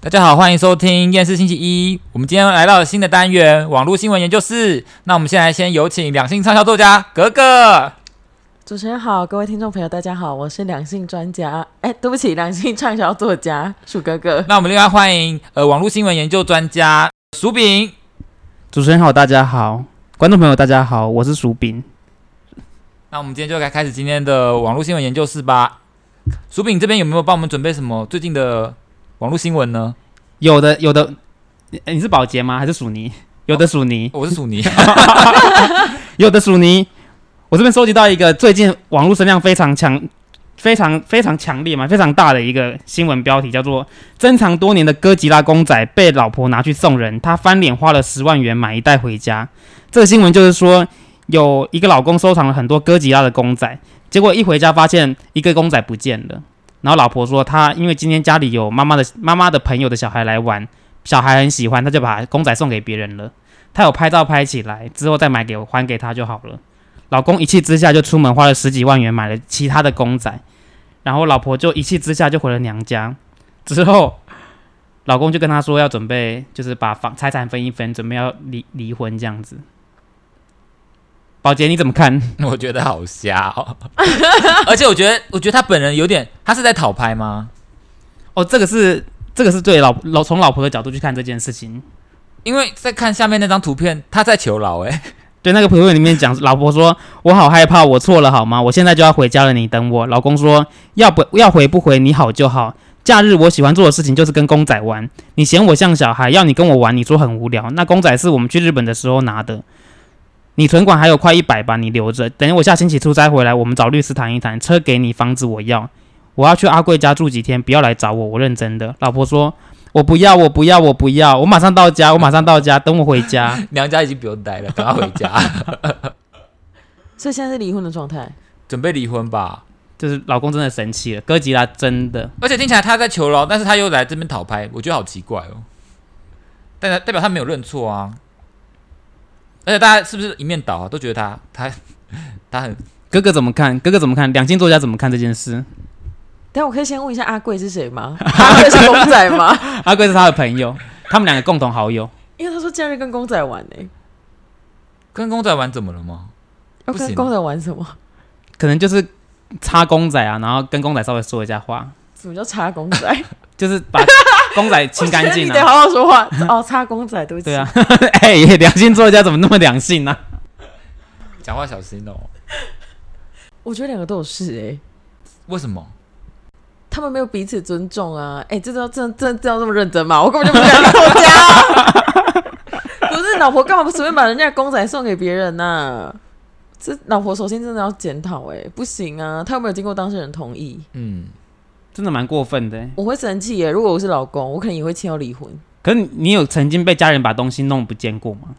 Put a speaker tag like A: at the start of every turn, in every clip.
A: 大家好，欢迎收听《厌世星期一》。我们今天来到了新的单元——网络新闻研究室。那我们现在先有请两性畅销作家格格。
B: 主持人好，各位听众朋友，大家好，我是两性专家，哎，对不起，两性畅销作家鼠哥哥。
A: 那我们另外欢迎呃网络新闻研究专家薯饼。
C: 主持人好，大家好，观众朋友大家好，我是薯饼。
A: 那我们今天就来开始今天的网络新闻研究室吧。薯饼这边有没有帮我们准备什么最近的网络新闻呢？
C: 有的有的，你你是保洁吗？还是薯泥？有的薯泥，
A: 我是薯泥，
C: 有的薯泥。我这边收集到一个最近网络声量非常强、非常非常强烈嘛，非常大的一个新闻标题，叫做“珍藏多年的哥吉拉公仔被老婆拿去送人，他翻脸花了十万元买一袋回家”。这个新闻就是说，有一个老公收藏了很多哥吉拉的公仔，结果一回家发现一个公仔不见了，然后老婆说她因为今天家里有妈妈的妈妈的朋友的小孩来玩，小孩很喜欢，她就把公仔送给别人了。她有拍照拍起来，之后再买给我还给他就好了。老公一气之下就出门花了十几万元买了其他的公仔，然后老婆就一气之下就回了娘家。之后，老公就跟她说要准备就是把房财产分一分，准备要离离婚这样子。宝洁你怎么看？
A: 我觉得好瞎哦。 而且我觉得，我觉得他本人有点，他是在讨拍吗？
C: 哦，这个是这个是对老老从老婆的角度去看这件事情。
A: 因为在看下面那张图片，他在求饶、欸，哎，
C: 对那个评论里面讲，老婆说：“我好害怕，我错了好吗？我现在就要回家了，你等我。”老公说：“要不要回不回你好就好。假日我喜欢做的事情就是跟公仔玩。你嫌我像小孩，要你跟我玩，你说很无聊。那公仔是我们去日本的时候拿的。你存款还有快一百吧，你留着，等我下星期出差回来，我们找律师谈一谈。车给你，房子我要，我要去阿贵家住几天，不要来找我，我认真的。”老婆说：“我不要，我不要，我不要，我马上到家，我马上到家，等我回家。”
A: 娘家已经不用待了，赶快回家，
B: 所以现在是离婚的状态，
A: 准备离婚吧。
C: 就是老公真的生气了，哥吉拉真的
A: 而且听起来他在求饶，但是他又来这边讨拍，我觉得好奇怪哦。但代表他没有认错啊。而且大家是不是一面倒啊？都觉得他他 他很
C: 哥哥怎么看？哥哥怎么看？两性作家怎么看这件事？
B: 但我可以先问一下阿贵是谁 吗？阿贵是公仔吗？
C: 阿贵是他的朋友，他们两个共同好友。
B: 因为他说假日跟公仔玩呢、
A: 跟公仔玩怎么了吗？
B: 要
A: 不行
B: 哦跟公仔玩什么？
C: 可能就是插公仔啊，然后跟公仔稍微说一下话，
B: 什么叫擦公仔？
C: 就是把公仔清干
B: 我觉得
C: 净
B: 你得
C: 啊。
B: 好好说话哦，擦公仔，对不起。
C: 对啊，， 哎、良心作家怎么那么良性呢、啊
A: 讲话小心哦。
B: 我觉得两个都有事哎、
A: 为什么？
B: 他们没有彼此尊重啊！哎、这招真真真要这么认真吗？我根本就不想吵家。啊 不是老婆干嘛不随便把人家的公仔送给别人呐、这老婆首先真的要检讨哎，不行啊，她有没有经过当事人同意？
A: 嗯，
C: 真的蛮过分的欸、
B: 我会生气耶！如果我是老公，我可能也会气要离婚。
C: 可是你有曾经被家人把东西弄不见过吗？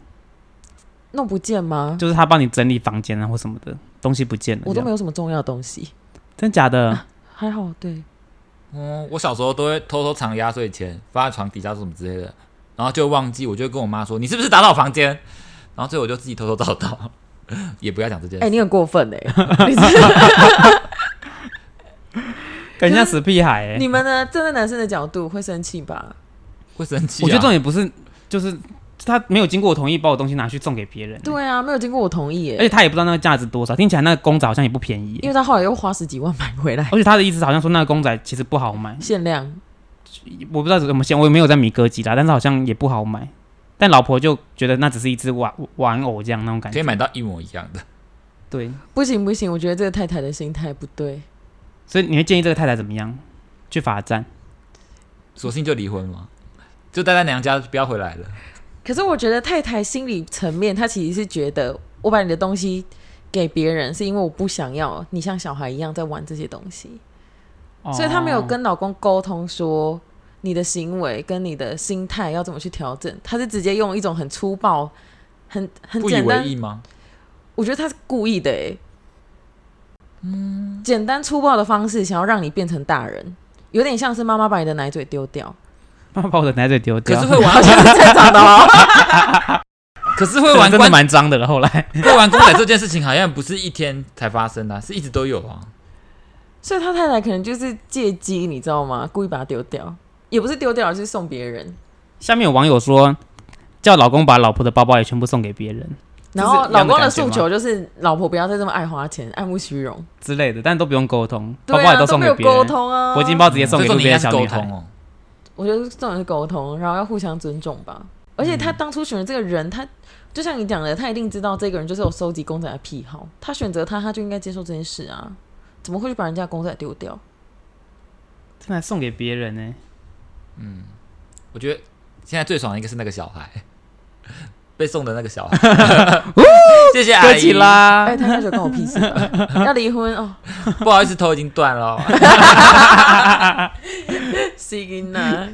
B: 弄不见吗？
C: 就是他帮你整理房间啊或什么的，东西不见了这样，
B: 我都没有什么重要的东西，
C: 真假的？
B: 还好对。
A: 哦，我小时候都会偷偷藏压岁钱，放在床底下什么之类的，然后就忘记，我就会跟我妈说：“你是不是打到我房间？”然后最后我就自己偷偷找到， 也不要讲这件
B: 哎、
A: 事。
B: 你很过分哎！你是
C: 感觉像死屁孩、欸。
B: 你们呢？站在男生的角度会生气吧？
A: 会生气、啊。
C: 我觉得重点不是，就是他没有经过我同意把我东西拿去送给别人，
B: 对啊，没有经过我同意
C: 而
B: 耶，
C: 且他也不知道那个价值多少，听起来那个公仔好像也不便宜
B: 因，为他后来又花十几万买回来，
C: 而且他的意思好像说那个公仔其实不好买，
B: 限量。
C: 我不知道怎么想，我也没有在米哥吉啦，但是好像也不好买。但老婆就觉得那只是一只玩玩偶这样那种感
A: 可以
C: 觉，
A: 买到一模一样的。
C: 对，
B: 不行不行，我觉得这个太太的心态不对。
C: 所以你会建议这个太太怎么样？去罚站？
A: 索性就离婚嘛，就待在娘家，不要回来了。
B: 可是我觉得太太心理层面，她其实是觉得我把你的东西给别人，是因为我不想要你像小孩一样在玩这些东西，所以她没有
C: 哦
B: 跟老公沟通说你的行为跟你的心态要怎么去调整，她是直接用一种很粗暴、很很
A: 不以
B: 简单
A: 为，意吗？
B: 我觉得她是故意的诶、嗯，简单粗暴的方式想要让你变成大人，有点像是妈妈把你的奶嘴丢掉，
C: 妈哦妈把我的奶嘴丢
A: 可
C: 掉，
A: 是会玩
B: 好像是正常的哦。
A: 可是会玩
C: 真的
A: 关
C: 蛮脏的了。后来
A: 会玩公仔这件事情，好像不是一天才发生的啊、是一直都有啊。
B: 所以他太太可能就是借机，你知道吗？故意把它丢掉，也也不是丢掉，就是送别人。
C: 下面有网友说，叫老公把老婆的包包也全部送给别人
B: 然
C: 就是
B: 后
C: 一样的
B: 老公的
C: 感觉
B: 诉
C: 吗
B: 求就是老婆不要再这么爱花钱，爱慕虚荣。
C: 之类的，但都不用沟通，包
B: 对
C: 包
B: 啊，
C: 也
B: 都
C: 送
B: 没
C: 给
B: 有
C: 别人，
B: 沟通啊。
C: 铂金包直接送
A: 所以
C: 给
A: 说
C: 路
A: 你应该
C: 边的
A: 是
C: 小
A: 沟
C: 女孩
A: 通。哦，
B: 我觉得重点是沟通，然后要互相尊重吧。
C: 嗯
B: 而且他当初选的这个人，他就像你讲的，他一定知道这个人就是有收集公仔的癖好，他选择他，他就应该接受这件事啊。怎么会去把人家公仔丢掉？
C: 真的还送给别人呢、
A: 我觉得现在最爽的一个是那个小孩， 被送的那个小孩， 谢谢阿
C: 哥吉
A: 姨，
C: 拉
B: 哎、，他那就跟我屁事吧， 要离婚哦，
A: 不好意思，头已经断了哦。
B: 死因呐。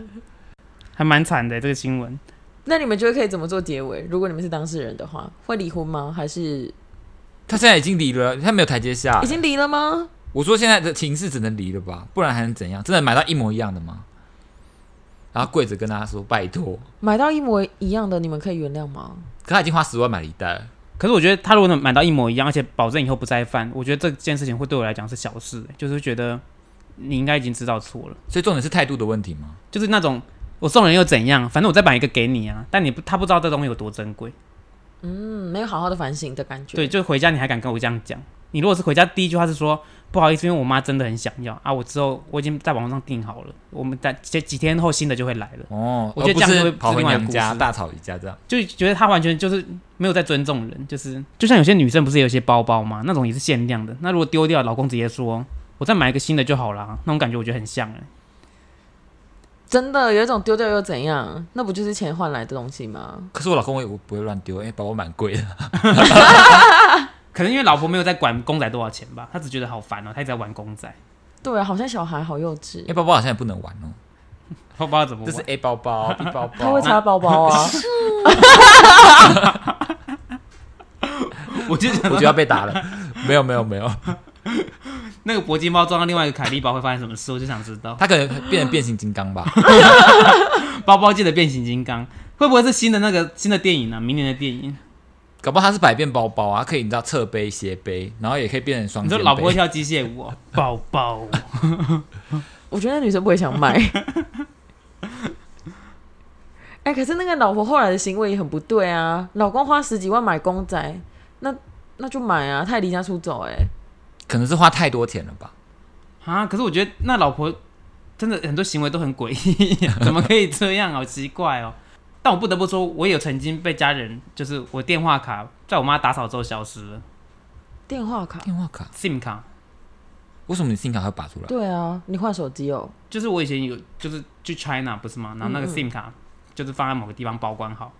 C: 还蛮惨的、这个新闻。
B: 那你们觉得可以怎么做结尾？如果你们是当事人的话，会离婚吗？还是
A: 他现在已经离了，他没有台阶下
B: 已。经离了吗？
A: 我说现在的情势只能离了吧，不然还能怎样？真的买到一模一样的吗？然后跪着跟他说拜托，
B: 买到一模一样的，你们可以原谅吗？
A: 可他已经花十万买了一袋了，
C: 可是我觉得他如果能买到一模一样，而且保证以后不再犯，我觉得这件事情会对我来讲是小事、哎就是觉得你应该已经知道错了，
A: 所以重点是态度的问题吗？
C: 就是那种我送人又怎样，啊反正我再买一个给你啊，但你不他不知道这东西有多珍贵，
B: 嗯，没有好好的反省的感觉。
C: 对，就回家你还敢跟我这样讲？你如果是回家第一句话是说不好意思，因为我妈真的很想要啊，我之后我已经在网上订好了，我们在几几天后新的就会来了，
A: 哦，
C: 我觉
A: 而
C: 得
A: 不
C: 这样
A: 是
C: 会
A: 跑回
C: 是另外一个
A: 娘家
C: 故事
A: 大吵一架这样。
C: 就觉得他完全就是没有在尊重人，就是就像有些女生不是有些包包吗？那种也是限量的，那如果丢掉，老公直接说我再买一个新的就好啦，那种感觉我觉得很像哎、
B: 真的有一种丢掉又怎样？那不就是钱换来的东西吗？
A: 可是我老公我也我不会乱丢，哎、宝宝蛮贵 的。
C: 可能因为老婆没有在管公仔多少钱吧，她只觉得好烦哦、她一直在玩公仔，
B: 对啊，好像小孩好幼稚
A: 哎、，包包好像也不能玩哦，
C: 包包怎么
A: 这是
C: 玩？
A: A 包 包、B 包
B: 他会
A: 包，
B: 擦包包啊。
C: 我就想
A: 我觉得要被打了。没有没有没有，
C: 那个铂金包装到另外一个凯利包会发生什么事，我就想知道。
A: 他可能变成变形金刚吧？
C: 包包界的变形金刚会不会是新的那个新的电影呢、明年的电影，
A: 搞不好他是百变包包啊，可以你知道侧背、斜背，然后也可以变成双
C: 你
A: 肩背。
C: 说老婆会跳机械舞、哦，包包。
B: 我觉得那女生不会想买。哎、可是那个老婆后来的行为也很不对啊！老公花十几万买公仔，那那就买啊，他也离家出走、哎，
A: 可能是花太多钱了吧？
C: 啊！可是我觉得那老婆真的很多行为都很诡异，怎么可以这样？好奇怪哦！ 但我不得不说，我也有曾经被家人，就是我电话卡在我妈打扫之后消失了
B: 电话卡。
A: 电话卡？
C: ，SIM 卡。
A: 哎为什么你信用卡会拔出来？
B: 对啊，你换手机哦。
C: 就是我以前有，就是去 China 不是吗？然后那个
B: 嗯嗯
C: SIM 卡就是放在某个地方保管好，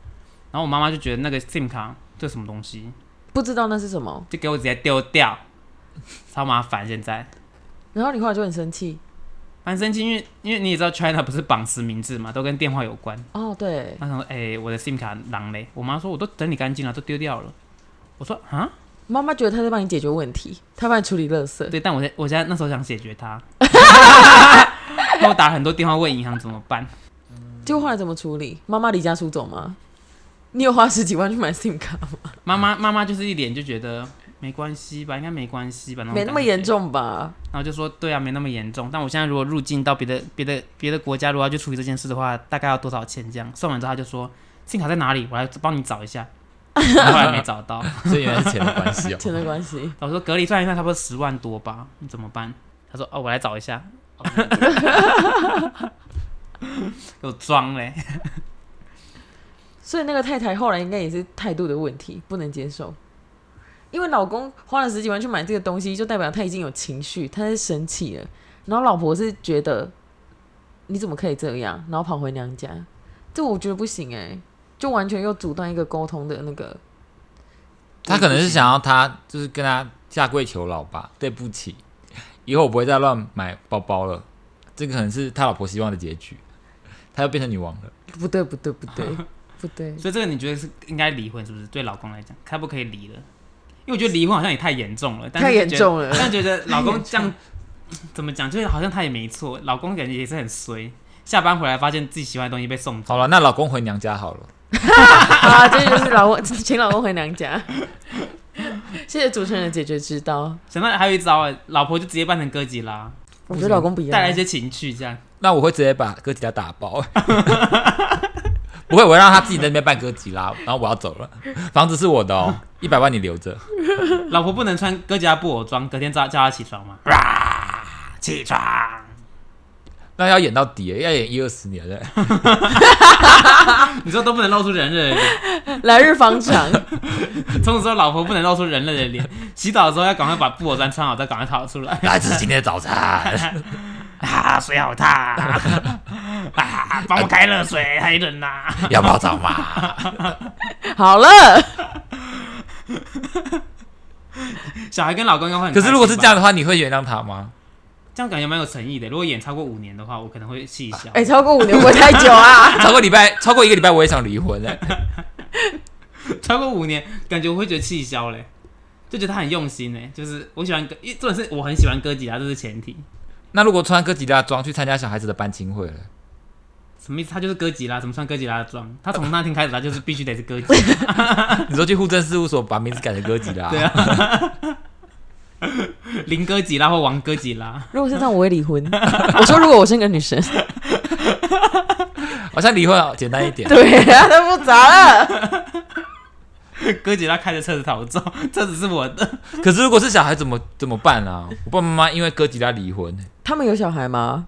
C: 然后我妈妈就觉得那个 SIM 卡这什么东西，
B: 不知道那是什么，
C: 就给我直接丢掉，超麻烦。现在
B: 然后你后来就很生气。
C: 蛮生气，因为因为你也知道 China 不是绑实名制嘛，都跟电话有关。
B: 哦，对，
C: 他想说：“哎、我的 SIM 卡狼嘞！”我妈说：“我都整理干净了，都丢掉了。”我说：“啊，
B: 妈妈觉得她在帮你解决问题，她帮你处理垃圾。
C: 对，但我现我现在那时候想解决它，那我打很多电话问银行怎么办。
B: 结果后来怎么处理？妈妈离家出走吗？你有花十几万去买 SIM 卡吗？
C: 妈妈妈妈就是一脸就觉得没关系吧，应该没关系吧，种
B: 没那么
C: 感觉
B: 严。重吧？。
C: 然后就说：“对啊，没那么严重。但我现在如果入境到别的别的别的国家，如果要去处理这件事的话，大概要多少钱？这样算完之后，他就说信卡在哪里？我来帮你找一下。”然后后来没找到。
A: 所以原来是钱的关系哦
B: 钱的关系，
C: 我说隔离算一算，差不多十万多吧，你怎么办？他说哦，我来找一下。 有装嘞，
B: 所以那个太太后来应该也是态度的问题，不能接受。因为老公花了十几万去买这个东西，就代表他已经有情绪，他是生气了。然后老婆是觉得你怎么可以这样，然后跑回娘家，这我觉得不行哎、就完全又阻断一个沟通的那个。
A: 他可能是想要他就是跟他下跪求饶吧，对不起，以后我不会再乱买包包了。这个可能是他老婆希望的结局，他又变成女王了。
B: 不对不对不对不 对，
C: 所以这个你觉得是应该离婚是不是？对老公来讲，可不可以离了？因为我觉得离婚好像也太严重了，但是
B: 太
C: 就
B: 严
C: 觉得，
B: 重了。
C: 但觉得老公这样怎么讲，就是好像他也没错，老公感觉也是很衰。下班回来发现自己喜欢的东西被送走
A: 好，了，那老公回娘家好了。
B: 啊，这就是老公，请老公回娘家。谢谢主持人的解决之道。
C: 想到还有一招哎，老婆就直接扮成哥吉拉，
B: 我觉得老公不一样，
C: 带来一些情趣，这样
A: 那我会直接把哥吉拉打爆。 不会，我会让他自己在那边办哥吉拉，然后我要走了。房子是我的哦，一百万你留着。
C: 老婆不能穿哥吉拉布偶装，隔天叫叫她起床 吗？啊，起床！
A: 那要演到底欸耶，要演一二十年了。
C: 你说都不能露出人类的脸，
B: 来日方长。
C: 从此之后老婆不能露出人类的脸，洗澡的时候要赶快把布偶装穿好，再赶快逃出来。
A: 来吃今天的早餐，
C: 啊，水好烫 啊！啊，帮我开热水，还冷啊呐、
A: 要泡澡吗？
B: 好了，
C: 小孩跟老公应该会很
A: 可是如果是
C: 开
A: 这
C: 心吧
A: 样的话，你会原谅他吗？
C: 这样感觉蛮有诚意的。如果演超过五年的话，我可能会气 消。
B: 哎、超过五年不会太久啊。
A: 超过礼拜，超过一个礼拜，我也想离婚哎。
C: 超过五年，感觉我会觉得气消嘞，就觉得他很用心嘞。就是我喜欢哥，因为重点是我很喜欢哥吉拉，这是前提。
A: 那如果穿哥吉拉装去参加小孩子的班亲会了，
C: 什么意思？他就是哥吉拉，怎么穿哥吉拉的装？他从那天开始，他就是必须得是哥吉 拉。
A: 你说去户政事务所把名字改成哥吉拉，
C: 对啊，林哥吉拉或王哥吉拉，
B: 如果是这样，我会离婚。我说，如果我是个女生，
A: 好像离婚好简单一点。
B: 对啊，太复杂了。
C: 哥吉拉开着车子逃走，车子是我的。
A: 可是如果是小孩怎么怎么办啊？我爸爸妈妈因为哥吉拉离婚，
B: 他们有小孩吗？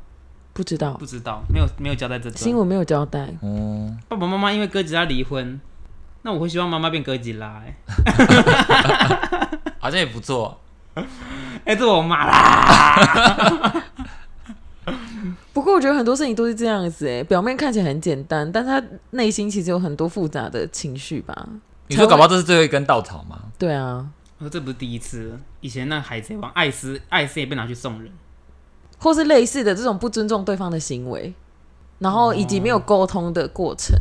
B: 不知道
C: 不，知道，没有没有交代这
B: 新
C: 段。
B: 闻没有交代。
A: 嗯，
C: 爸爸妈妈因为哥吉拉离婚，那我会希望妈妈变哥吉拉、欸。
A: 好像也不错。
C: 哎、这我妈啦。
B: 不过我觉得很多事情都是这样子、哎，表面看起来很简单，但他内心其实有很多复杂的情绪吧。
A: 你说搞不好这是最后一根稻草吗？
B: 对啊，
C: 我说这不是第一次了，以前那海贼王艾斯，艾斯也被拿去送人。
B: 或是类似的这种不尊重对方的行为，然后以及没有沟通的过程，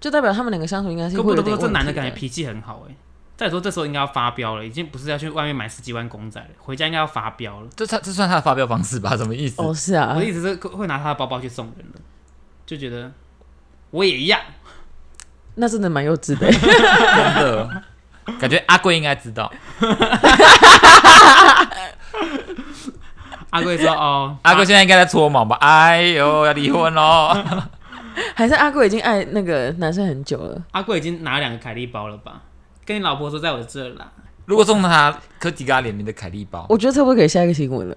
B: 就代表他们两个相处应该是
C: 可
B: 会
C: 不
B: 有
C: 得
B: 点
C: 不说，
B: 问题
C: 这男的感觉脾气很好哎、再说这时候应该要发飙了，已经不是要去外面买十几万公仔了，回家应该要发飙了。
A: 这算这算他的发表方式吧？什么意思？
B: 哦，是啊
C: 我的，意思是会会拿他的包包去送人了，就觉得我也一样。
B: 那真的蛮幼稚的。
A: 真的，感觉阿贵应该知道。，
C: 阿贵说哦
A: 阿贵现在应该在搓毛吧？哎呦，要离婚喽！在
B: 还是阿贵已经爱那个男生很久了，
C: 阿贵已经拿两个凯利包了吧？跟你老婆说在我这啦，
A: 如果送他科吉拉联名的凯利包，
B: 我觉得差不多可以下一个新闻了。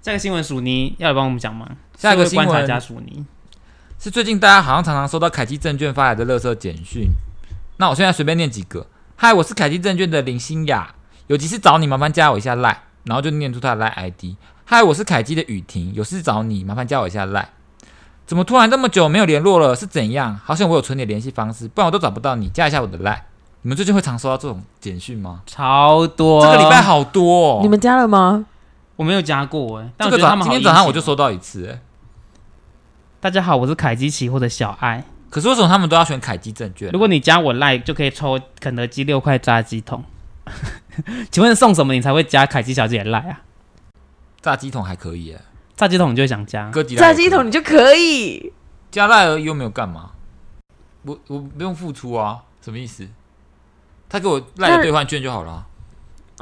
C: 下个新闻鼠尼要来帮我们讲吗？
A: 下一个
C: 社会观察
A: 新闻
C: 家鼠尼，
A: 是最近大家好像常常收到凯基证券发来的垃圾简讯。那我现在随便念几个。嗨，我是凯基证券的林欣雅，有急事找你，麻烦加我一下赖，然后就念出他的赖 ID。嗨，我是凯基的雨婷，有事找你，麻烦加我一下赖。怎么突然这么久没有联络了？是怎样？好险我有存你的联系方式，不然我都找不到你。加一下我的赖。你们最近会常收到这种简讯吗？
C: 超多。
A: 这个礼拜好多哦。
B: 你们加了吗？
C: 我没有加过哎、但
A: 这个
C: 我觉得他
A: 早
C: 们
A: 今
C: 好
A: 天早上我
C: 殷勤
A: 就
C: 哦
A: 收到一次、哎
C: 大家好，我是凯基奇或者小爱。
A: 可是为什么他们都要选凯基证券？啊
C: 如果你加我 like，就可以抽肯德基六块炸鸡 桶。请问送什么你才会加凯基小姐的 like 啊？
A: 炸鸡桶还可以、哎
C: 炸鸡桶你就会想加，
A: 哥吉拉
B: 炸
A: 也可
B: 鸡
A: 以
B: 桶你就可以。
A: 加赖而已，又没有干嘛，我我不用付出啊，什么意思？他给我赖的兑换券就好了啊，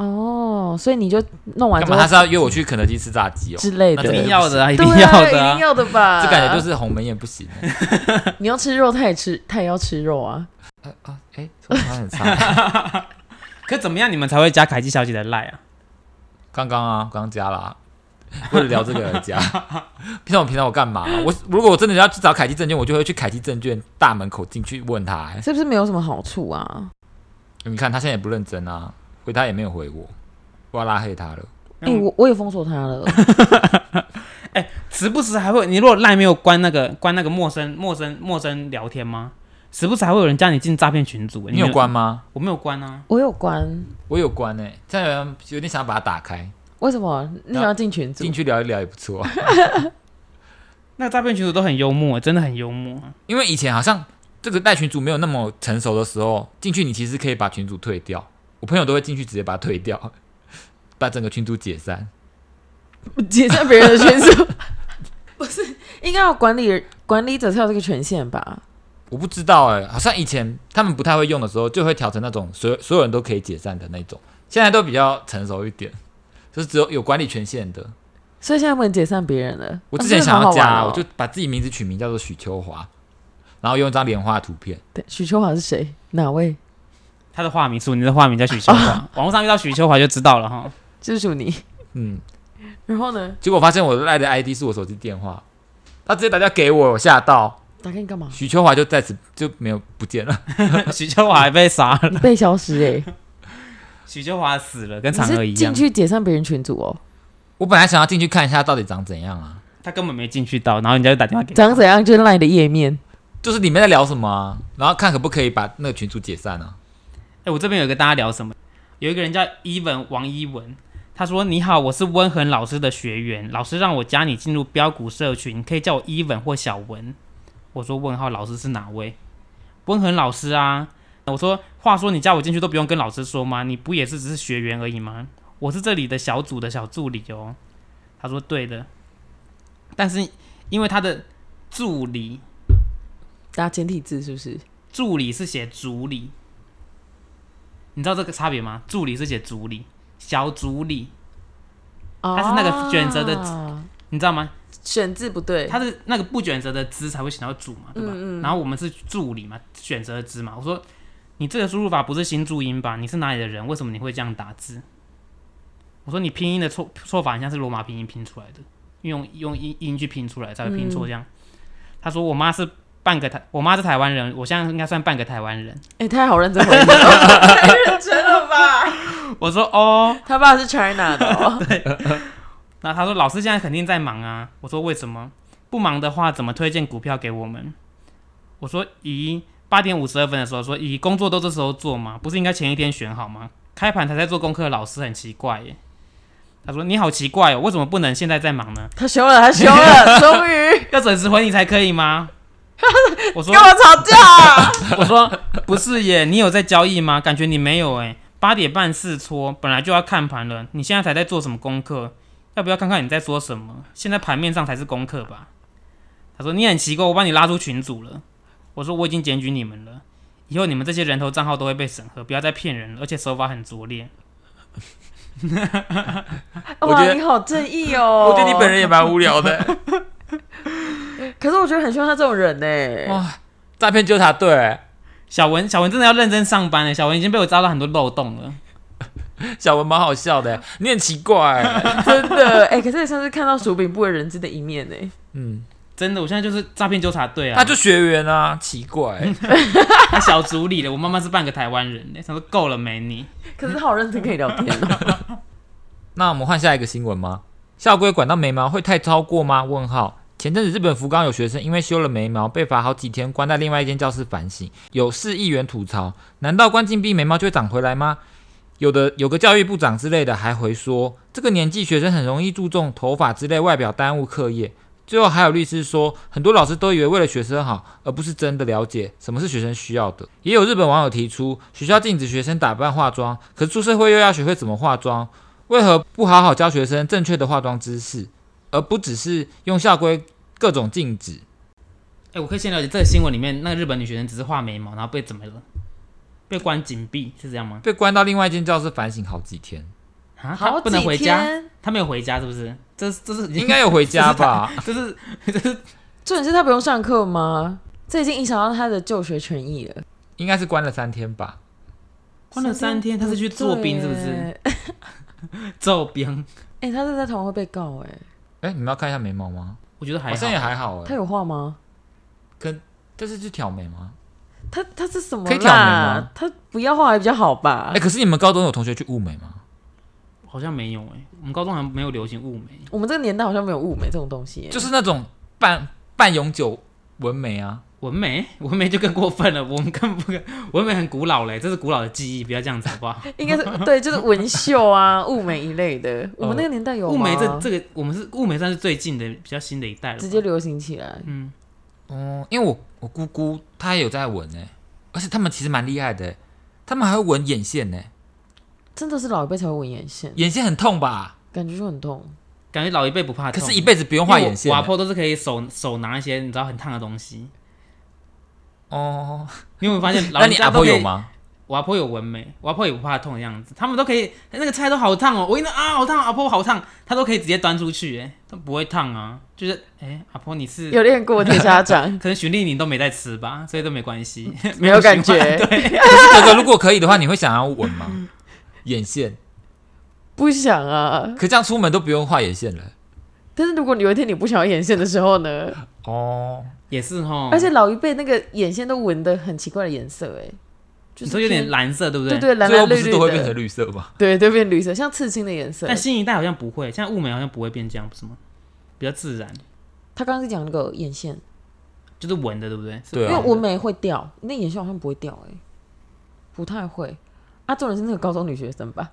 B: 哦，所以你就弄完
A: 干
B: 之
A: 嘛？
B: 后
A: 他是要约我去肯德基吃炸鸡哦？
B: 之类
A: 那
B: 的，
A: 这
B: 对
A: 个
C: 一定
B: 啊
C: 要的啊，一
B: 一
C: 定要的
B: 定
C: 啊。
B: 要的吧？
A: 这感觉就是鸿门宴不行欸、
B: 你要吃肉，他也吃，他也要吃肉啊。
A: 啊啊！哎、这个好像很差。
C: 可怎么样你们才会加凯基小姐的 like 啊？
A: 刚刚啊，刚刚加啦、为了聊这个而加。 平常我平常我干嘛？啊我如果我真的要去找凯基证券，我就会去凯基证券大门口进去问他、欸
B: 是不是没有什么好处啊？
A: 你看他现在也不认真啊，回他也没有回我，我要拉黑他了。
B: 哎、我我也封锁他了，
C: 时不时还会，你如果 like 没有关那个关那个陌生陌生陌生聊天吗？时不时还会有人加你进诈骗群组、
A: 你有关？吗？
C: 我没有关啊。
B: 我有关。
A: 我有关哎、欸，现在有人有点想把它打开。
B: 为什么你想要进群组
A: 进？去聊一聊也不错、
C: 那个诈骗群组都很幽默，欸真的很幽默。啊
A: 因为以前好像这个带群组没有那么成熟的时候，进去你其实可以把群组退掉。我朋友都会进去直接把它退掉， 把整个群组解散。
B: 解散别人的群 组？不是，应该要管理管理者才有这个权限吧？
A: 我不知道哎、好像以前他们不太会用的时候，就会调成那种所有所有人都可以解散的那种。现在都比较成熟一点，就是只有有管理权限的。
B: 所以现在不能解散别人了。
A: 我
B: 啊
A: 之前
B: 真的
A: 想要
B: 好好玩
A: 加，
B: 哦
A: 我就把自己名字取名叫做许秋华，然后用一张莲花的图片。
B: 对许秋华是谁？哪位？
C: 他的化名是，你的化名叫许秋华，网络上遇到许秋华就知道了哈。
B: 就是属你。
A: 嗯，
B: 然后呢？
A: 结果发现我赖的 ID 是我手机电话，他直接打电话给我，我吓到。
B: 打给你干嘛？
A: 许秋华就在此就没有不见了。
C: 许秋华还被杀了，
B: 你被消失哎、
C: 许秋华死了，跟
B: 你
C: 嫦娥
B: 是
C: 一
B: 进
C: 样，
B: 去解散别人群组哦？
A: 我本来想要进去看一下到底长怎样啊，
C: 他根本没进去到，然后人家就打电话给他
B: 长怎样？就是 LINE 的页面，
A: 就是里面在聊什么啊、然后看可不可以把那个群组解散啊。
C: 哎、我这边有一个大家聊什么？有一个人叫伊文王伊文，他说：“你好，我是温恒老师的学员，老师让我加你进入标股社群，可以叫我伊文或小文。”我说：“问号，老师是哪位？”温恒老师啊。我说：“话说你加我进去都不用跟老师说吗？你不也是只是学员而已吗？我是这里的小组的小助理哦。”他说：“对的。”但是因为他的助理
B: 打简体字是不是？
C: 助理是写主理，你知道这个差别吗？助理是写主理，小主理，
B: 他
C: 是那个选择的
B: 哦
C: 你知道吗？
B: 选字不对，
C: 它是那个不选择的之才会选到主嘛，对吧？然后我们是助理嘛，选择之嘛。我说你这个输入法不是新注音吧？你是哪里的人？为什么你会这样打字？我说你拼音的错错法很像是罗马拼音拼出来的，用用音音去拼出来才会拼错这样。他说我妈是半个台，我妈是台湾人，我现在应该算半个台湾人。
B: 哎、他好认真回答，太认真了吧？
C: 我说哦，
B: 他爸是 China 的、 哦，
C: 那他说老师现在肯定在忙啊。我说为什么？不忙的话怎么推荐股票给我们？我说咦，八点五十二分的时候说咦，工作都这时候做吗？不是应该前一天选好吗？开盘才在做功课，老师很奇怪耶。他说你好奇怪哦，为什么不能现在在忙呢？
B: 他修了，他修 了，终于
C: 要准时回你才可以吗？我说
B: 跟我吵架、
C: 我说不是耶，你有在交易吗？感觉你没有哎。八点半试搓，本来就要看盘了，你现在才在做什么功课？要不要看看你在说什么？现在盘面上才是功课吧？他说你很奇怪，我把你拉出群组了。我说我已经检举你们了，以后你们这些人头账号都会被审核，不要再骗人了，而且手法很拙劣。
A: 我觉
B: 哇，
A: 得
B: 你好正义哦！
A: 我觉得你本人也蛮无聊的。
B: 可是我觉得很喜欢他这种人呢、欸
A: 哇， 诈骗纠察队，
C: 小文，小文真的要认真上班了，欸小文已经被我抓到很多漏洞了。
A: 小文蛮好笑的，你很奇怪。
B: 真的哎、可是也算是看到薯饼不为人知的一面呢、欸
A: 嗯，
C: 真的，我现在就是诈骗纠察队啊！
A: 他就学员啊，奇怪。
C: 他小组里的，我妈妈是半个台湾人呢。他说够了没你？
B: 可是他好认真跟你聊天哦。
A: 那我们换下一个新闻吗？校规管到眉毛会太超过吗？问号。前阵子日本福冈有学生因为修了眉毛被罚好几天，关在另外一间教室反省。有市议员吐槽：难道关禁闭眉毛就会长回来吗？有的有个教育部长之类的还回说，这个年纪学生很容易注重头发之类外表，耽误课业。最后还有律师说，很多老师都以为为了学生好，而不是真的了解什么是学生需要的。也有日本网友提出，学校禁止学生打扮化妆，可是出社会又要学会怎么化妆，为何不好好教学生正确的化妆知识，而不只是用校规各种禁止？
C: 哎、我可以先了解这个新闻里面，那个日本女学生只是画眉毛，然后被怎么了？被关紧闭是这样吗？
A: 被关到另外一间教室反省好几 天，
C: 啊，她
B: 好
C: 不能回
B: 几
C: 家，
B: 天，
C: 她没有回家是不是？这是这是
A: 应该有回家吧？
C: 这是这是
B: 重点是他不用上课吗？这已经影响到他的就学权益了。
A: 应该是关了三天吧？
C: 关了三天，她是去做兵是不是？
B: 哎、
C: 做兵，
B: 欸他是在台湾会被告哎、
A: 哎、你们要看一下眉毛吗？
C: 我觉得还
A: 好
C: 好
A: 像也还好哎、
B: 他有画吗？
A: 但是去挑眉吗？
B: 他他是什么
A: 可以挑眉
B: 啦
A: 吗？
B: 他不要画还比较好吧
A: 哎、？可是你们高中有同学去雾眉吗？
C: 好像没有哎、我们高中好像没有流行雾眉，
B: 我们这个年代好像没有雾眉这种东西、欸，
A: 就是那种半半永久纹眉啊，
C: 纹 眉纹眉就更过分了，我们更不纹眉很古老嘞，这是古老的记忆，不要这样子好不好？
B: 应该是 对，就是纹绣啊、雾眉一类 的。我们那个年代有
C: 雾眉
B: 吗
C: 这这个我们是雾眉算是最近的比较新的一代了吧，
B: 直接流行起来。
C: 嗯。
A: 哦、因为我我姑姑她也有在纹哎、而且他们其实蛮厉害的、欸，他们还会纹眼线呢、
B: 真的是老一辈才会纹眼线，
A: 眼线很痛吧？
B: 感觉就很痛。
C: 感觉老一辈不怕
A: 可
C: 痛，
A: 是，一辈子不用画眼线
C: 因为我
A: 欸、
C: 我阿婆都是可以手手拿一些你知道很烫的东西。
A: 哦，
C: 你有没有发现 老
A: 那
C: 人
A: 你
C: 家
A: 阿
C: 都
A: 婆
C: 可以
A: 有？吗？
C: 我阿婆有纹眉，我阿婆也不怕痛的样子，他们都可以，那个菜都好烫哦，我一拿啊好烫，阿婆好烫，他都可以直接端出去，哎，他不会烫啊，就是哎、阿婆你是，
B: 有练过铁砂掌
C: 可能循例你都没在吃吧，所以都 没 关系，
B: 没有感
C: 循环
B: 觉，
C: 对，
A: 可是哥哥，如果可以的话，你会想要纹
B: 嗯
A: 吗？眼线，
B: 不想啊。
A: 可这样出门都不用画眼线了。
B: 但是如果你有一天你不想要眼线的时候呢？
A: 哦，
C: 也是哦，
B: 而且老一辈那个眼线都纹的很奇怪的颜色，哎，就
C: 你
B: 是
C: 说有
B: 偏
C: 点蓝色，对不
B: 对
C: 对？
B: 对蓝
A: 最后
B: 蓝
A: 不
B: 绿
A: 是都会变
B: 绿
A: 成
B: 的，
A: 绿色吗？
B: 对，都变绿色，像刺青的颜色
C: 但。新一代好像不会，现在雾眉好像不会变这样，不是吗？比较自然，
B: 他刚刚是讲那个眼线，
C: 就是纹的，对不对？是
A: 对啊
B: 因为纹眉会掉，那眼线好像不会掉、欸，哎，不太会。啊，重点是那个高中女学生 吧，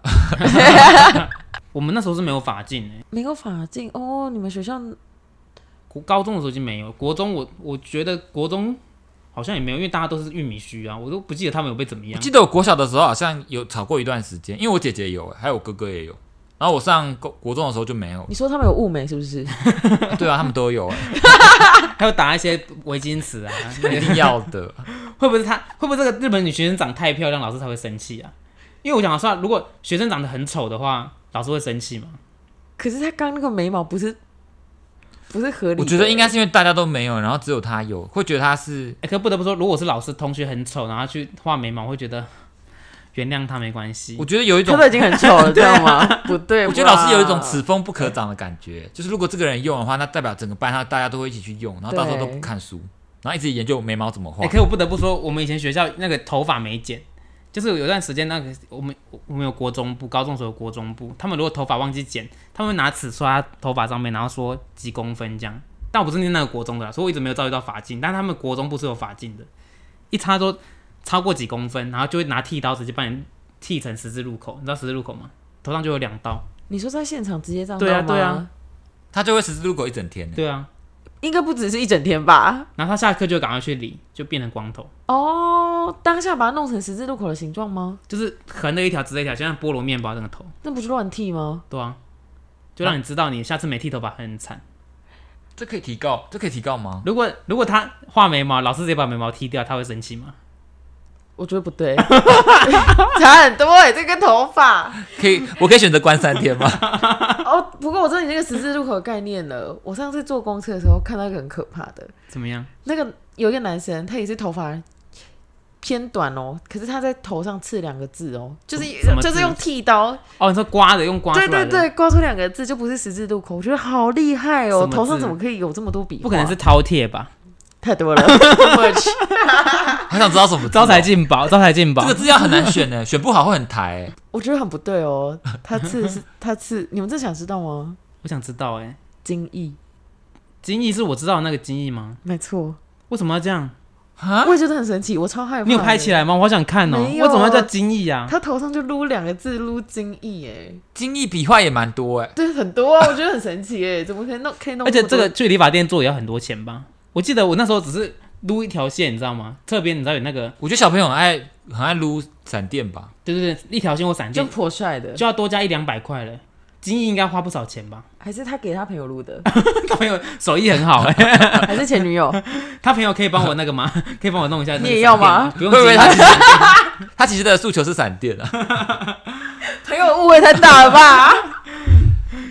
C: 我们那时候是没有发镜诶，
B: 没有发镜哦。你们学校
C: 国高中的时候就没有，国中我我觉得国中好像也没有，因为大家都是玉米须啊，我都不记得他们有被怎么
A: 我
C: 样
A: 记。得我国小的时候好像有吵过一段时间，因为我姐姐有，还有我哥哥也有。然后我上国国中的时候就没有
B: 你，说他们有雾眉是不是？
A: 对啊，他们都有，
C: 还有打一些围巾词啊， 那
A: 一
C: 个
A: 定要的。
C: 会不会是他？会不会这个日本女学生长太漂亮，老师才会生气啊？因为我想说啊，如果学生长得很丑的话，老师会生气嘛？
B: 可是他刚那个眉毛不是不是合理的，
A: 我觉得应该是因为大家都没有，然后只有他有，会觉得他是
C: 哎、可不得不说，如果是老师同学很丑，然后去画眉毛，会觉得原谅他没关系
A: 我。觉得有一种啊
B: 他都已经很 丑了，这样吗？不对吧，
A: 我觉得老师有一种此风不可长的感觉，就是如果这个人用的话，那代表整个班上大家都会一起去用，然后到时候都不看书，然后一直研究眉毛怎么画
C: 哎、。可我不得不说，我们以前学校那个头发没剪，就是有段时间那个我们我们有国中部，高中的时候有国中部，他们如果头发忘记剪，他们会拿尺刷头发上面，然后说几公分这样。但我不是念那个国中的啦，所以我一直没有遭遇到发镜。但是他们国中部是有发镜的，一插都超过几公分，然后就会拿剃刀直接把你剃成十字路口，你知道十字路口吗？头上就有两刀。
B: 你说在现场直接这样
C: 对啊
B: 弄吗
C: 对啊，
A: 他就会十字路口一整天。
C: 对啊，
B: 应该不只是一整天吧？
C: 然后他下课就赶快去理，就变成光头，
B: 哦，当下把它弄成十字路口的形状吗？
C: 就是横的一条，直的一条，就像菠萝面包那个头。
B: 那不是乱剃吗？
C: 对啊，就让你知道你下次没剃头发很惨。
A: 这可以提高，这可以提高吗？
C: 如果如果他画眉毛，老师直接把眉毛剃掉，他会生气吗？
B: 我觉得不对， 差很多哎、这个头发。
A: 可以，我可以选择关三天吗？
B: 哦，不过我知道你那个十字路口的概念了。我上次坐公车的时候看到一个很可怕的，
C: 怎么样？
B: 那个有一个男生，他也是头发偏短哦，可是他在头上刺两个字哦，就是
C: 什么字
B: 就是用剃刀，
C: 哦，你说刮的用刮出
B: 对
C: 来
B: 对
C: 的，
B: 对，刮出两个字，就不是十字路口，我觉得好厉害
C: 什
B: 哦，
C: 么字
B: 头上怎么可以有这么多笔画？
C: 不可能是饕餮吧？
B: 太多了 ，too much。
A: 好想知道什么字哦
C: 招财进宝，招财进宝
A: 这个，资料很难选呢，选不好会很抬欸。
B: 我觉得很不对 哦，他刺是他刺，你们真想知道吗？
C: 我想知道哎、
B: 精益，
C: 金翼是我知道的那个金翼吗？
B: 没错，
C: 为什么要这样？
A: 啊
B: 我，也觉得很神奇，我超害怕。
C: 你有拍起
B: 来？
C: 来吗？我好想看哦、
B: 没有
C: 为什么要叫金翼啊？
B: 他头上就撸两个字，撸精益，哎，
A: 精益笔画也蛮多哎，
B: 对，很多 啊，我觉得很神奇哎，怎么可以弄可以弄？
C: 而且这个，去理发店做也要很多钱吧？我记得我那时候只是撸一条线，你知道吗？侧边你知道有那个，
A: 我觉得小朋友很爱很爱撸闪电吧，
C: 对对对，一条线或闪
B: 就
C: 电
B: 颇帅的，
C: 就要多加一两百块了。金翼应该花不少钱吧？
B: 还是他给他朋友撸的，
C: 他朋友手艺很好哎、
B: 还是前女友？
C: 他朋友可以帮我那个吗？ 可以帮我弄一下那个闪电
B: 你
C: 吗。
B: 也要吗
C: 不
A: 会
C: 用
A: 不会
C: 急
A: 他其实他其实的诉求是闪电啊？
B: 朋友误会太大了 吧？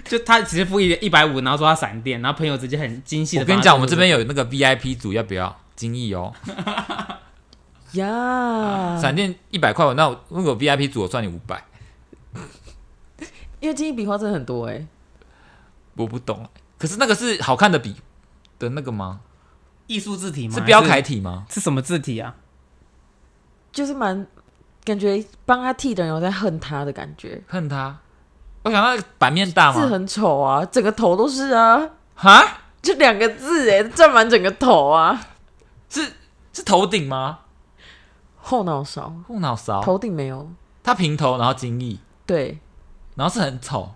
C: 就他只是付一一百五，然后说他闪电，然后朋友直接很精细的。
A: 我跟你讲，我们这边有那个 VIP 组，要不要精益哦？
C: 嗯
B: 呀，
A: 闪电一百块，那我如果 VIP 组我算你五百，
B: 因为精益笔画真的很多哎，
A: 我不懂欸。可是那个是好看的笔的那个吗？
C: 艺术字体吗？
A: 是标
C: 还
A: 楷
C: 是
A: 体吗？
C: 是什么字体啊？
B: 就是蛮感觉帮他剃的人有在恨他的感觉，
A: 恨他，我想到版面大
B: 字
A: 吗？
B: 很丑啊，整个头都是啊。
A: 哈，
B: 就两个字哎，占满整个头啊，
A: 是是头顶吗？啊
B: 后脑勺，
A: 后脑勺，
B: 头顶没有，
A: 他平头，然后精益，
B: 对，
A: 然后是很丑，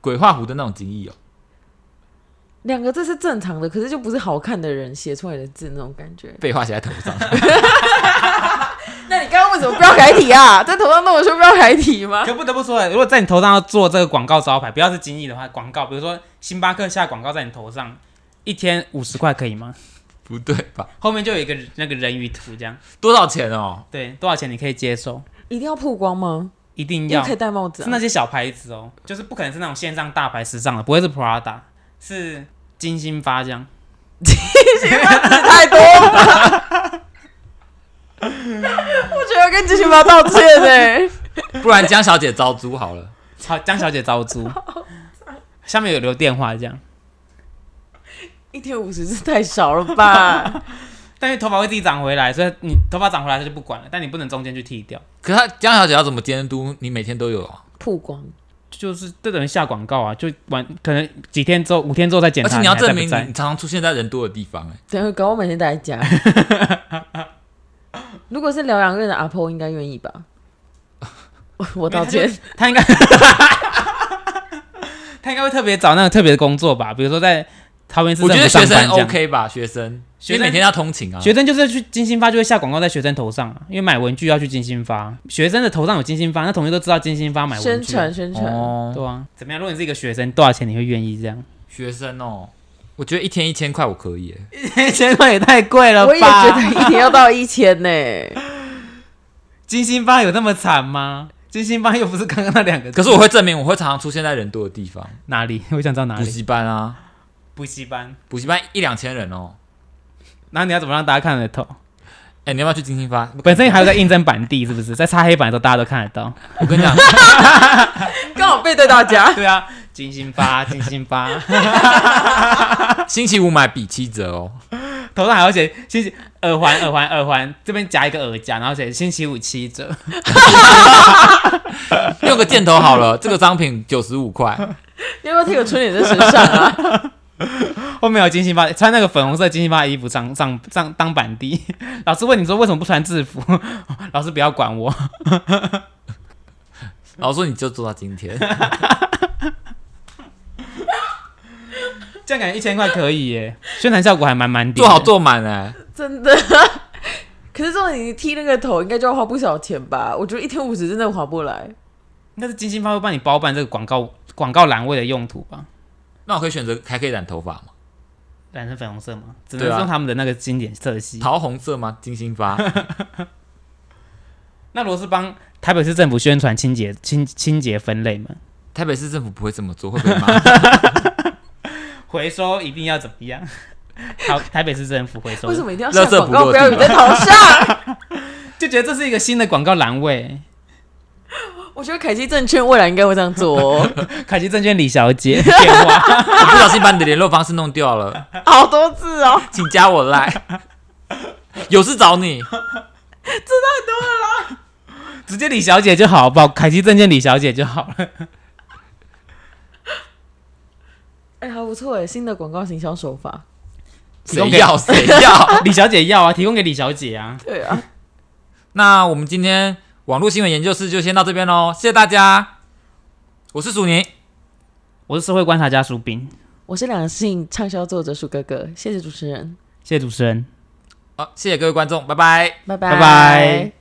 A: 鬼画符的那种精益哦。
B: 两个字是正常的，可是就不是好看的人写出来的字那种感觉。
A: 被画写在头 上，
B: 那你刚刚为什么不要楷体 啊？在头上弄的时候不要楷体吗？
C: 可不得不说，如果在你头上要做这个广告招牌，不要是精益的话，广告，比如说星巴克下广告在你头上，一天五十块可以吗？
A: 不对吧？
C: 后面就有一个那个人鱼图这样。
A: 多少钱哦？
C: 对，多少钱你可以接受？
B: 一定要曝光吗？
C: 一定
B: 因为
C: 要
B: 可以戴帽子、
C: 是
B: 啊
C: 那。些小牌子哦，就是不可能是那种线上大牌时尚的，不会是 Prada，是金星发这样。
B: 太多了吧。 我觉得要跟金星妈道歉哎、
A: 不然江小姐招租好了。
C: 好，江小姐招租，下面有留电话这样，
B: 一天五十次太少了 吧？
C: 但是头发会自己长回来，所以你头发长回来她就不管了，但你不能中间去剃掉，
A: 可她江小姐要怎么监督你每天都有啊？
B: 曝光，
C: 就是这等于下广告啊，就完可能几天之后、五天之后再检
A: 而
C: 查，
A: 且你要
C: 还在
A: 证
C: 不
A: 明你
C: 在
A: 常常出现在人多的地方、欸，
B: 等会搞我每天待在 家。如果是疗养院的阿婆，应该愿意吧？ 我我道歉，
C: 他应该， 他应该会特别找那个特别的工作吧，比如说在桃园市
A: 我
C: 政
A: 觉
C: 府
A: 得
C: 上
A: 学
C: 班
A: 生
C: 这样。
A: OK 吧，学生，
C: 学
A: 因为
C: 生
A: 每天要通勤啊。
C: 学生就是去金星发就会下广告在学生头上啊，因为买文具要去金星发，学生的头上有金星发，那同学都知道金星发买文
B: 宣
C: 具。
B: 传宣传。
A: 哦，
C: 对啊，怎么样？如果你是一个学生，多少钱你会愿意这样？
A: 学生哦，我觉得一天一千块我可以、欸，
C: 一千块也太贵了吧！
B: 我也觉得一天要到一千呢、
C: 金星发有那么惨吗？金星发又不是刚刚那两个字，
A: 可是我会证明我会常常出现在人多的地方，
C: 哪里？我想知道哪
A: 补
C: 里？
A: 习班啊，
C: 补习班。
A: 补习班一两千人哦。
C: 然后你要怎么让大家看得透？
A: 哎、你要不要去金星发？
C: 本 身还有在印证板地，是不是？在擦黑板的时候大家都看得到。
A: 我跟你 讲，
B: 刚好背对大家。
C: 对啊，金星 发，金星发，
A: 星期五买比七折哦。
C: 头上还要写星期耳环，耳环，耳环，这边夹一个耳夹，然后写星期五七折。
A: 用个箭头好了，这个商品九十五块，
B: 你要不要贴个春联在身上啊？
C: 后哦面有金星发，穿那个粉红色金星发的衣服上上上当板地。 老师问你说为什么不穿制服？ 老师不要管我。
A: 然后说你就做到今天，
C: 这样感觉一千块可以耶，宣传效果还蛮满点。
A: 做好，做满哎、
B: 真的。可是这种你剃那个头，应该就要花不少钱吧？我觉得一天五十真的划不来。
C: 应该是金星发会帮你包办这个广告广告栏位的用途吧？
A: 那我可以选择还可以染头发吗？
C: 染成粉红色吗？只能
A: 对啊
C: 用他们的那个经典色系。
A: 桃红色吗？金星发，
C: 那罗斯帮台北市政府宣传清洁清清洁分类吗？
A: 台北市政府不会这么做，会被骂。
C: 回收一定要怎么 样？好，台北市政府回收
B: 为什么一定要
A: 垃
B: 下
A: 圾
B: 广
A: 不
B: 告
A: 落
B: 标语
A: 地
B: 在头上？
C: 就觉得这是一个新的广告栏位？
B: 我觉得凯基证券未来应该会这样做、哦，
C: 凯基证券李小 姐电话，
A: 我不小心把你的联络方式弄掉了，
B: 好多次哦，
A: 请加我来，有事找你。
C: 直接李小姐就好，报凯基证券李小姐就好了。
B: 哎、还不错哎，新的广告行销手法。
A: 谁要谁要？
C: 李小姐要啊，提供给李小姐啊。
B: 对啊，
A: 那我们今天网络新闻研究室就先到这边喽，谢谢大家。我是鼠宁，
C: 我是社会观察家苏斌，
B: 我是两性畅销作者鼠哥哥，谢谢主持人，
C: 谢谢主持人。
A: 哦好、谢谢各位观众，拜拜。
B: 拜
C: 拜拜